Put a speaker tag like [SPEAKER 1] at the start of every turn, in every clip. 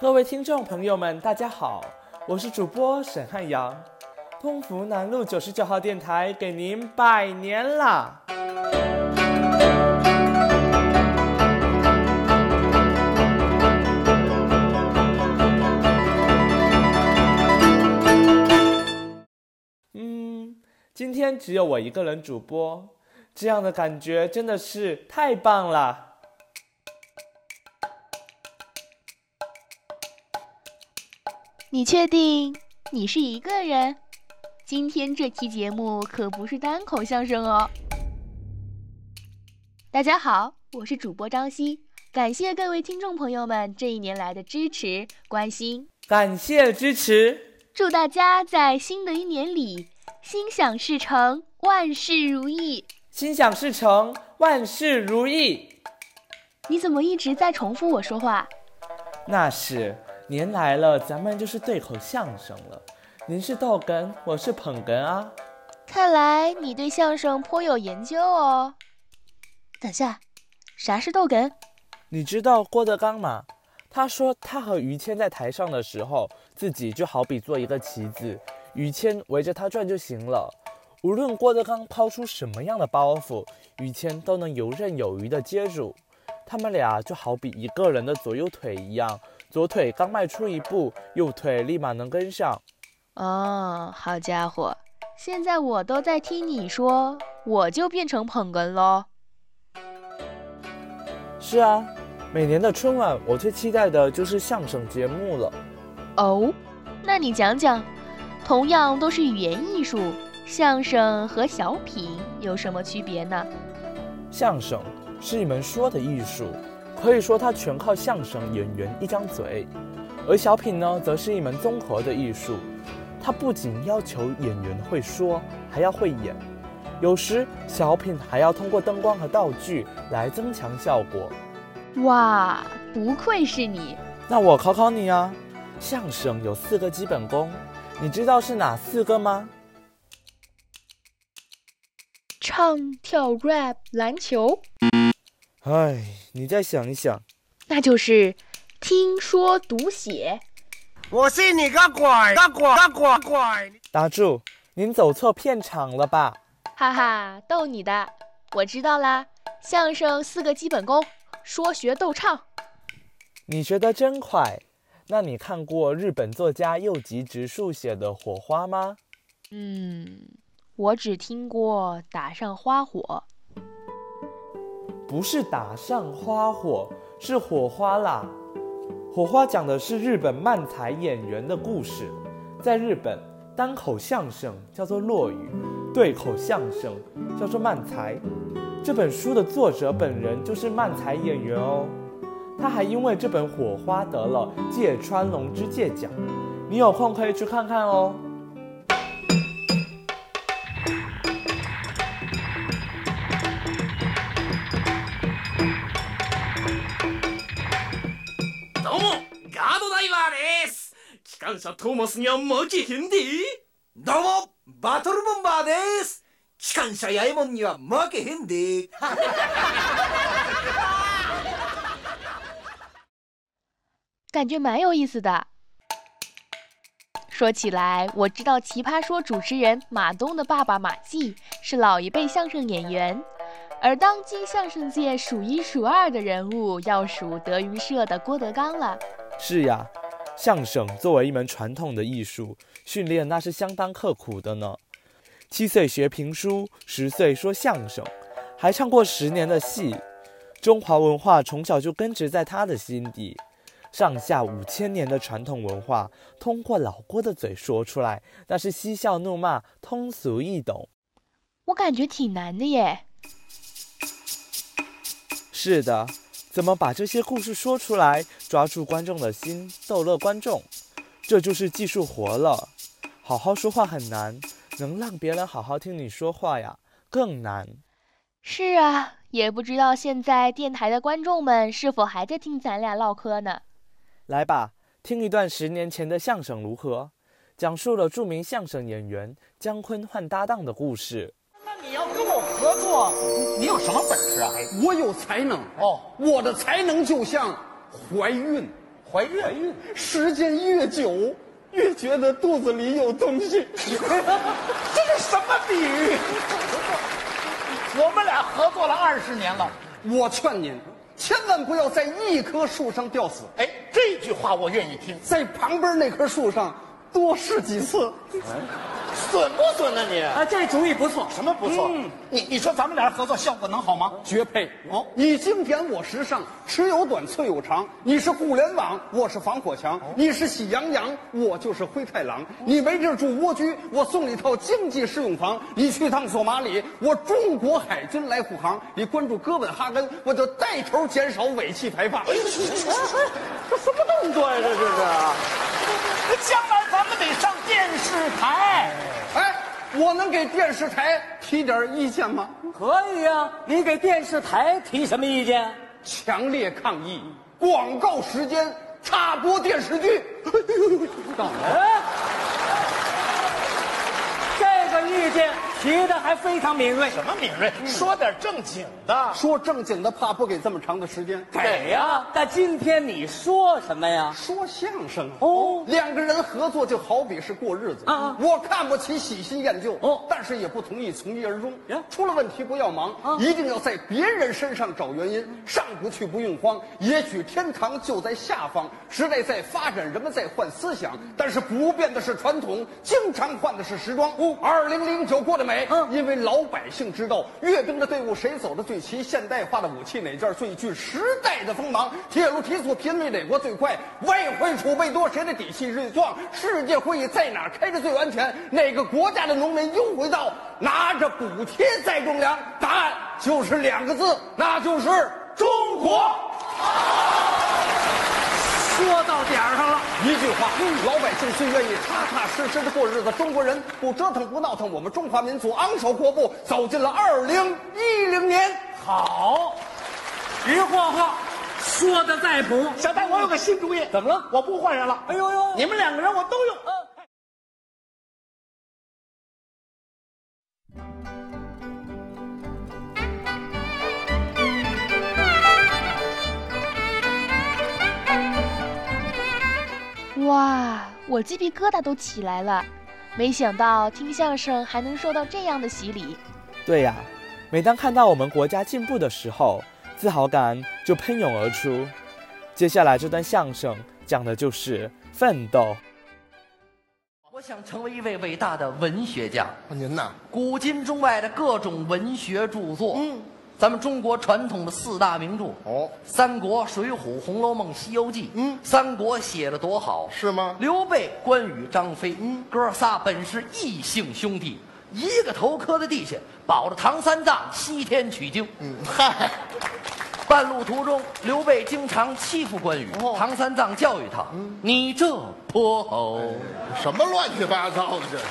[SPEAKER 1] 各位听众朋友们，大家好，我是主播沈汉阳，通福南路九十九号电台给您拜年啦！嗯，今天只有我一个人主播，这样的感觉真的是太棒了。
[SPEAKER 2] 你确定你是一个人？今天这期节目可不是单口相声哦。大家好，我是主播张希，感谢各位听众朋友们这一年来的支持、关心，
[SPEAKER 1] 感谢支持，
[SPEAKER 2] 祝大家在新的一年里心想事成，万事如意。
[SPEAKER 1] 心想事成，万事如意。
[SPEAKER 2] 你怎么一直在重复我说话？
[SPEAKER 1] 那是您来了，咱们就是对口相声了。您是逗哏，我是捧哏啊。
[SPEAKER 2] 看来你对相声颇有研究哦。等下，啥是逗哏？
[SPEAKER 1] 你知道郭德纲吗？他说他和于谦在台上的时候，自己就好比做一个棋子，于谦围着他转就行了。无论郭德纲抛出什么样的包袱，于谦都能游刃有余地接住。他们俩就好比一个人的左右腿一样，左腿刚迈出一步，右腿立马能跟上。
[SPEAKER 2] 哦，好家伙，现在我都在听你说，我就变成捧哏喽。
[SPEAKER 1] 是啊，每年的春晚，我最期待的就是相声节目了。
[SPEAKER 2] 哦，那你讲讲，同样都是语言艺术，相声和小品有什么区别呢？
[SPEAKER 1] 相声是一门说的艺术，可以说它全靠相声演员一张嘴；而小品呢，则是一门综合的艺术，它不仅要求演员会说，还要会演。有时小品还要通过灯光和道具来增强效果。
[SPEAKER 2] 哇，不愧是你，
[SPEAKER 1] 那我考考你啊，相声有四个基本功，你知道是哪四个吗？
[SPEAKER 2] 唱跳 rap 篮球，
[SPEAKER 1] 哎，你再想一想。
[SPEAKER 2] 那就是听说读写。
[SPEAKER 3] 我信你个鬼！个鬼！个鬼！鬼！
[SPEAKER 1] 打住，您走错片场了吧？
[SPEAKER 2] 哈哈，逗你的，我知道啦。相声四个基本功：说学逗唱。
[SPEAKER 1] 你学得真快。那你看过日本作家右吉直树写的《火花》吗？
[SPEAKER 2] 嗯，我只听过打上花火。
[SPEAKER 1] 不是打上花火，是火花啦。火花讲的是日本漫才演员的故事。在日本，单口相声叫做落语，对口相声叫做漫才。这本书的作者本人就是漫才演员哦。他还因为这本《火花》得了芥川龙之介奖，你有空可以去看看哦。
[SPEAKER 3] どうもガードダイバーです機関車トーマスには負けへんでどうもバトルボンバーです機関車ヤエモンには負けへんで
[SPEAKER 2] 感觉蛮有意思的。说起来，我知道《奇葩说》主持人马东的爸爸马季是老一辈相声演员，而当今相声界数一数二的人物要数德云社的郭德纲了。
[SPEAKER 1] 是呀，相声作为一门传统的艺术，训练那是相当刻苦的呢。七岁学评书，十岁说相声，还唱过十年的戏。中华文化从小就根植在他的心底，上下五千年的传统文化，通过老郭的嘴说出来，那是嬉笑怒骂，通俗易懂。
[SPEAKER 2] 我感觉挺难的耶。
[SPEAKER 1] 是的，怎么把这些故事说出来，抓住观众的心，逗乐观众，这就是技术活了。好好说话很难，能让别人好好听你说话呀，更难。
[SPEAKER 2] 是啊，也不知道现在电台的观众们是否还在听咱俩唠嗑呢。
[SPEAKER 1] 来吧，听一段十年前的相声如何？讲述了著名相声演员姜昆换搭档的故事。
[SPEAKER 4] 那你要跟我合作，你有什么本事啊？
[SPEAKER 5] 我有才能
[SPEAKER 4] 哦
[SPEAKER 5] 我的才能就像怀孕、
[SPEAKER 4] 怀越狱。
[SPEAKER 5] 时间越久，越觉得肚子里有东西。
[SPEAKER 4] 这 是什么比喻？我们俩合作了二十年了。
[SPEAKER 5] 我劝您，千万不要在一棵树上吊死，
[SPEAKER 4] 哎，这句话我愿意听。
[SPEAKER 5] 在旁边那棵树上多试几次。
[SPEAKER 4] 损不损呢你？嗯
[SPEAKER 5] 啊，这主意不错，
[SPEAKER 4] 什么不错？你你说咱们俩人合作效果能好吗？
[SPEAKER 5] 绝配
[SPEAKER 4] 哦
[SPEAKER 5] 你经典，我时尚，尺有短，寸有长。你是互联网，我是防火墙。你是喜羊羊，我就是灰太狼。你没地儿住蜗居，我送你套经济适用房。你去趟索马里，我中国海军来护航。你关注哥本哈根，我就带头减少尾气排放。
[SPEAKER 4] 这什么动作呀？这这是。将来咱们得上电视台。
[SPEAKER 5] 哎，我能给电视台提点意见吗？
[SPEAKER 6] 可以啊，你给电视台提什么意见？
[SPEAKER 5] 强烈抗议！广告时间插播电视剧。 干嘛
[SPEAKER 6] 哎，这个意见提的还非常敏锐。
[SPEAKER 4] 什么敏锐？说点正经的。
[SPEAKER 5] 说正经的怕不给这么长的时间，
[SPEAKER 6] 给哎呀、但今天你说什么呀？
[SPEAKER 5] 说相声
[SPEAKER 6] 哦
[SPEAKER 5] 哦，两个人合作就好比是过日子
[SPEAKER 6] 啊啊
[SPEAKER 5] 我看不起喜新厌旧
[SPEAKER 6] 哦
[SPEAKER 5] 哦，但是也不同意从一而终
[SPEAKER 6] 呀。啊
[SPEAKER 5] 出了问题不要忙，一定要在别人身上找原因。上不去不用慌，也许天堂就在下方。时代在发展，人们在换思想，但是不变的是传统，经常换的是时装。哦，二零零九过得美，
[SPEAKER 6] 嗯
[SPEAKER 5] 因为老百姓知道阅兵的队伍谁走的最齐，现代化的武器哪件最具时代的锋芒，铁路提速频率哪国最快，外汇储备多谁的底气最壮，世界会议在哪儿开着最安全，哪个国家的农民又回到拿着补贴在种粮，答案就是两个字，那就是中国。
[SPEAKER 6] 说到点儿上了。
[SPEAKER 5] 一句话，老百姓最愿意踏踏实实的过日子。中国人不折腾不闹腾，我们中华民族昂首阔步走进了二零一零年。
[SPEAKER 6] 好，于画画说的在谱。
[SPEAKER 4] 小戴，我有个新主意。
[SPEAKER 6] 怎么了？
[SPEAKER 4] 我不换人了。
[SPEAKER 6] 哎呦呦！
[SPEAKER 4] 你们两个人我都用。
[SPEAKER 2] 哇，我鸡皮疙瘩都起来了，没想到听相声还能受到这样的洗礼。
[SPEAKER 1] 对呀、每当看到我们国家进步的时候，自豪感就喷涌而出。接下来这段相声讲的就是奋斗。
[SPEAKER 7] 我想成为一位伟大的文学家，
[SPEAKER 5] 哦您呐，
[SPEAKER 7] 古今中外的各种文学著作，嗯，咱们中国传统的四大名著，
[SPEAKER 5] 哦，
[SPEAKER 7] 三国、水浒、红楼梦、西游记，嗯，三国写的多好，
[SPEAKER 5] 是吗
[SPEAKER 7] 刘备、关羽、张飞，嗯，哥仨本是异姓兄弟，
[SPEAKER 5] 嗯
[SPEAKER 7] 一个头磕在地下，保着唐三藏西天取经，嗯，嗨。半路途中，刘备经常欺负关羽，
[SPEAKER 5] 哦
[SPEAKER 7] 唐三藏教育他：“
[SPEAKER 5] 嗯
[SPEAKER 7] 你这泼猴。
[SPEAKER 5] 哎
[SPEAKER 8] 什么乱七八糟的这是？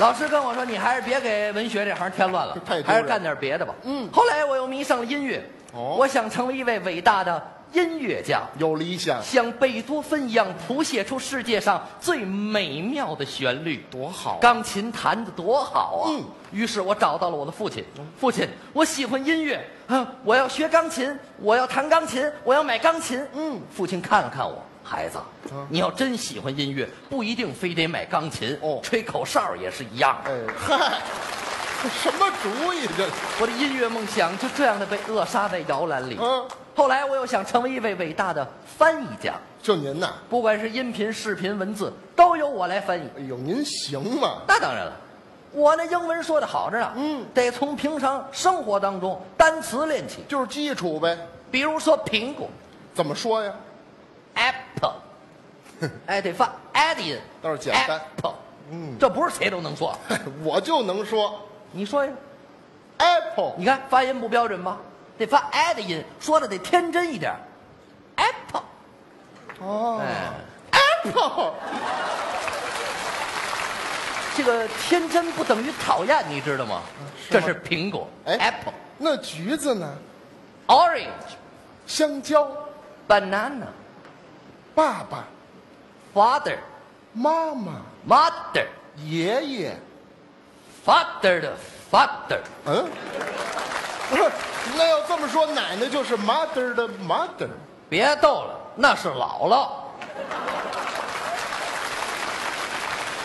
[SPEAKER 7] 老师跟我说，你还是别给文学这行添乱了
[SPEAKER 8] 这 太丢人，了
[SPEAKER 7] 还是干点别的吧。嗯，后来我又迷上了音乐，
[SPEAKER 8] 哦
[SPEAKER 7] 我想成为一位伟大的音乐家，
[SPEAKER 8] 有理想，
[SPEAKER 7] 像贝多芬一样谱写出世界上最美妙的旋律，
[SPEAKER 8] 多好啊
[SPEAKER 7] 钢琴弹得多好啊！嗯，于是我找到了我的父亲，父亲，我喜欢音乐，啊，我要学钢琴，我要弹钢琴，我要买钢琴。嗯，父亲看了看我。孩
[SPEAKER 8] 啊
[SPEAKER 7] 子，你要真喜欢音乐，不一定非得买钢琴
[SPEAKER 8] 哦
[SPEAKER 7] 吹口哨也是一样的。啊
[SPEAKER 8] 哎，嗨，什么主意这？
[SPEAKER 7] 我的音乐梦想就这样的被扼杀在摇篮里。
[SPEAKER 8] 嗯
[SPEAKER 7] 后来我又想成为一位伟大的翻译家，
[SPEAKER 8] 就您呐，
[SPEAKER 7] 不管是音频、视频、文字，都由我来翻译。
[SPEAKER 8] 哎呦，您行吗？
[SPEAKER 7] 那当然了，我那英文说的好着呢，嗯，得从平常生活当中单词练起，
[SPEAKER 8] 就是基础呗。
[SPEAKER 7] 比如说苹果
[SPEAKER 8] 怎么说呀？
[SPEAKER 7] （apple），哎，得发 a d d i n
[SPEAKER 8] 倒是简单
[SPEAKER 7] apple，嗯，这不是谁都能说。
[SPEAKER 8] 我就能说
[SPEAKER 7] 你说呀，
[SPEAKER 8] apple
[SPEAKER 7] 你看发音不标准吧？得发 a d d i n 说的得天真一点，apple。哦。 哎
[SPEAKER 8] apple，
[SPEAKER 7] 这个天真不等于讨厌，你知道吗？这是苹果、
[SPEAKER 8] 哎
[SPEAKER 7] apple、
[SPEAKER 8] 那橘子呢？
[SPEAKER 7] orange、
[SPEAKER 8] 香蕉，
[SPEAKER 7] banana、
[SPEAKER 8] 爸爸
[SPEAKER 7] father、
[SPEAKER 8] 妈妈
[SPEAKER 7] mother、
[SPEAKER 8] 爷爷，
[SPEAKER 7] father 的 father。
[SPEAKER 8] 嗯， 不是，那要这么说，奶奶就是 mother 的 mother。
[SPEAKER 7] 别逗了，那是姥 姥。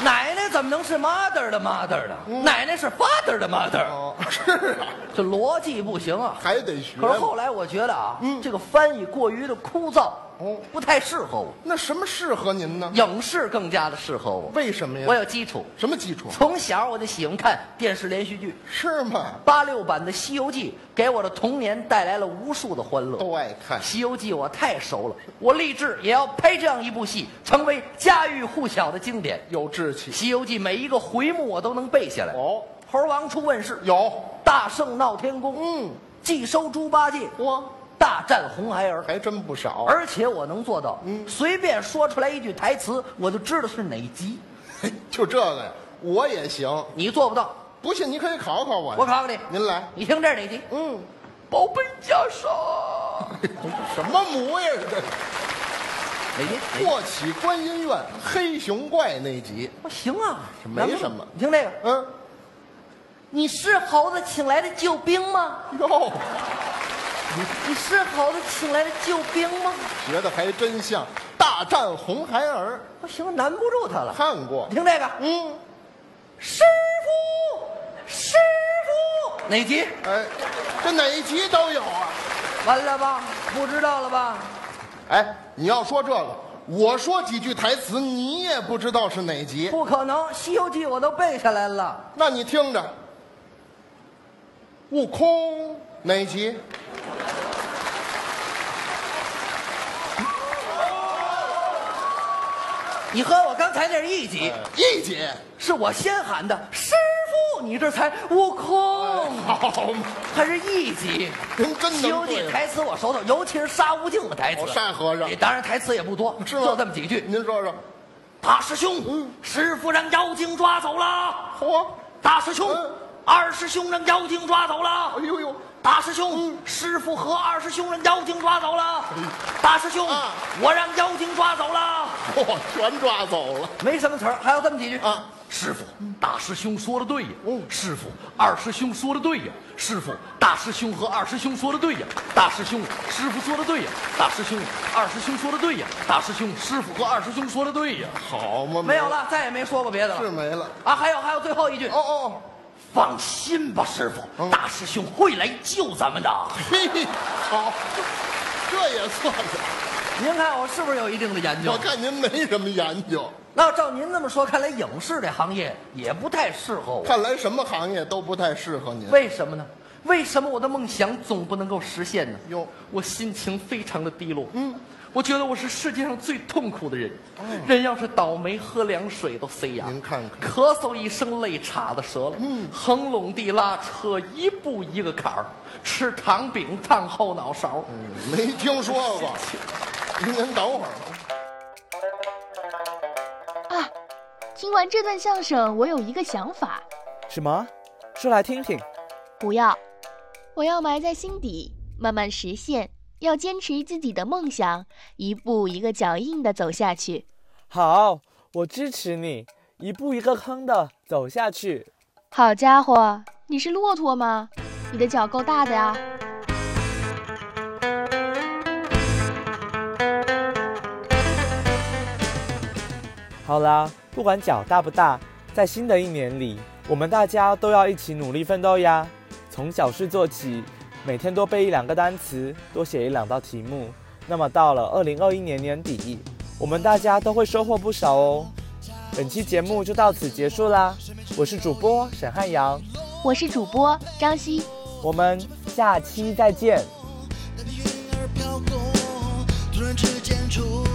[SPEAKER 7] 奶奶怎么能是 mother 的 mother 呢？奶奶是 father 的 mother，、
[SPEAKER 8] 嗯哦， 是啊，
[SPEAKER 7] 这逻辑不行啊。
[SPEAKER 8] 还得学。嗯
[SPEAKER 7] 可是后来我觉得啊，这个翻译过于的枯燥，
[SPEAKER 8] 哦
[SPEAKER 7] 不太适合我。
[SPEAKER 8] 那什么适合您呢？
[SPEAKER 7] 影视更加的适合我，
[SPEAKER 8] 为什么呀？
[SPEAKER 7] 我有基础，
[SPEAKER 8] 什么基础？啊
[SPEAKER 7] 从小我就喜欢看电视连续剧。
[SPEAKER 8] 是吗？
[SPEAKER 7] 八六版的《西游记》给我的童年带来了无数的欢乐。
[SPEAKER 8] 都爱看。
[SPEAKER 7] 《西游记》我太熟了，我立志也要拍这样一部戏，成为家喻户晓的经典。
[SPEAKER 8] 有志
[SPEAKER 7] 《
[SPEAKER 8] 气，
[SPEAKER 7] 西游记》每一个回目我都能背下来。
[SPEAKER 8] 哦，
[SPEAKER 7] 猴王出问世，
[SPEAKER 8] 有，
[SPEAKER 7] 大圣闹天宫，
[SPEAKER 8] 嗯，
[SPEAKER 7] 既收猪八戒，
[SPEAKER 8] 哇，
[SPEAKER 7] 大战红孩儿，
[SPEAKER 8] 还真不少。
[SPEAKER 7] 而且我能做到，
[SPEAKER 8] 嗯
[SPEAKER 7] 随便说出来一句台词，我就知道是哪集。
[SPEAKER 8] 就这个呀，我也行。
[SPEAKER 7] 你做不到，
[SPEAKER 8] 不信你可以考考我呀。
[SPEAKER 7] 我考考你，
[SPEAKER 8] 哎您来。
[SPEAKER 7] 你听这是哪集？
[SPEAKER 8] 嗯，
[SPEAKER 7] 宝贝袈裟，
[SPEAKER 8] 什么模样啊？这
[SPEAKER 7] 哪集？哪集
[SPEAKER 8] 霍启观音院黑熊怪那集，
[SPEAKER 7] 我行啊，
[SPEAKER 8] 没什么
[SPEAKER 7] 你听这个，
[SPEAKER 8] 嗯，
[SPEAKER 7] 你是猴子请来的救兵吗？
[SPEAKER 8] 哟，
[SPEAKER 7] 你是猴子请来的救兵吗？
[SPEAKER 8] 学的还真像。大战红孩儿
[SPEAKER 7] 我啊行，难不住他了。
[SPEAKER 8] 看过
[SPEAKER 7] 你，听这个，
[SPEAKER 8] 嗯，
[SPEAKER 7] 师傅，师傅，哪集？
[SPEAKER 8] 哎，这哪一集都有啊。
[SPEAKER 7] 完了吧？不知道了吧？
[SPEAKER 8] 哎，你要说这个，我说几句台词，你也不知道是哪集。
[SPEAKER 7] 不可能，《西游记》我都背下来了。
[SPEAKER 8] 那你听着，悟空哪集？
[SPEAKER 7] 你和我刚才那是一集，
[SPEAKER 8] 一集。
[SPEAKER 7] 是我先喊的师傅，你这才悟空，
[SPEAKER 8] 好嘛，
[SPEAKER 7] 还是一集。
[SPEAKER 8] 您真能
[SPEAKER 7] 西游记
[SPEAKER 8] 对》了
[SPEAKER 7] 台词我熟透，尤其是沙悟净的台词。
[SPEAKER 8] 哦沙和尚嗯
[SPEAKER 7] 也当然台词也不多，
[SPEAKER 8] 是吗？
[SPEAKER 7] 就这么几句。
[SPEAKER 8] 您说说，
[SPEAKER 7] 大师兄，师傅让妖精抓走了。
[SPEAKER 8] 嚯，
[SPEAKER 7] 大师兄
[SPEAKER 8] 嗯，
[SPEAKER 7] 二师兄让妖精抓走了
[SPEAKER 8] 哎。呦呦，嗯
[SPEAKER 7] 大师兄，师傅和二师兄让妖精抓走了。大师兄
[SPEAKER 8] 哎啊，
[SPEAKER 7] 我让妖精抓走了。
[SPEAKER 8] 嚯，全抓走了。
[SPEAKER 7] 没什么词儿，还有这么几句
[SPEAKER 8] 啊。
[SPEAKER 7] 师傅，大师兄说的对呀。师傅，二师兄说的对呀。师傅，大师兄和二师兄说的对呀。大师兄，师傅说的对呀。大师兄，二师兄说的对呀。大师兄，师傅和二师兄说的对呀。
[SPEAKER 8] 好嘛，
[SPEAKER 7] 没有，了，再也没说过别的了。
[SPEAKER 8] 是没了。
[SPEAKER 7] 啊，还有还有最后一句，
[SPEAKER 8] 哦哦，
[SPEAKER 7] 放心吧，师傅，大师兄会来救咱们的。
[SPEAKER 8] 嘿 嘿，好，这也算了。
[SPEAKER 7] 您看我是不是有一定的研究
[SPEAKER 8] 我？看您没什么研究，
[SPEAKER 7] 那照您这么说，看来影视这行业也不太适合我。
[SPEAKER 8] 看来什么行业都不太适合您。
[SPEAKER 7] 为什么呢？为什么我的梦想总不能够实现呢？
[SPEAKER 8] 哟
[SPEAKER 7] 我心情非常的低落。嗯，我觉得我是世界上最痛苦的人。人要是倒霉，喝凉水都塞牙。
[SPEAKER 8] 哦您看看
[SPEAKER 7] 咳嗽一声，泪岔子折了。嗯，横垄地拉车，一步一个坎儿，吃糖饼烫后脑勺。
[SPEAKER 8] 没听说过。您您等会儿，
[SPEAKER 2] 啊，听完这段相声，我有一个想法，
[SPEAKER 1] 什么？说来听听。
[SPEAKER 2] 不要，我要埋在心底，慢慢实现，要坚持自己的梦想，一步一个脚印的走下去。
[SPEAKER 1] 好，我支持你，一步一个坑的走下去。
[SPEAKER 2] 好家伙，你是骆驼吗？你的脚够大的呀！
[SPEAKER 1] 好啦，不管脚大不大，在新的一年里，我们大家都要一起努力奋斗呀。从小事做起，每天多背一两个单词，多写一两道题目。那么到了二零二一年年底，我们大家都会收获不少哦。本期节目就到此结束啦，我是主播沈汉阳，
[SPEAKER 2] 我是主播张希，
[SPEAKER 1] 我们下期再见。
[SPEAKER 9] 那的云儿飘过，突然之间出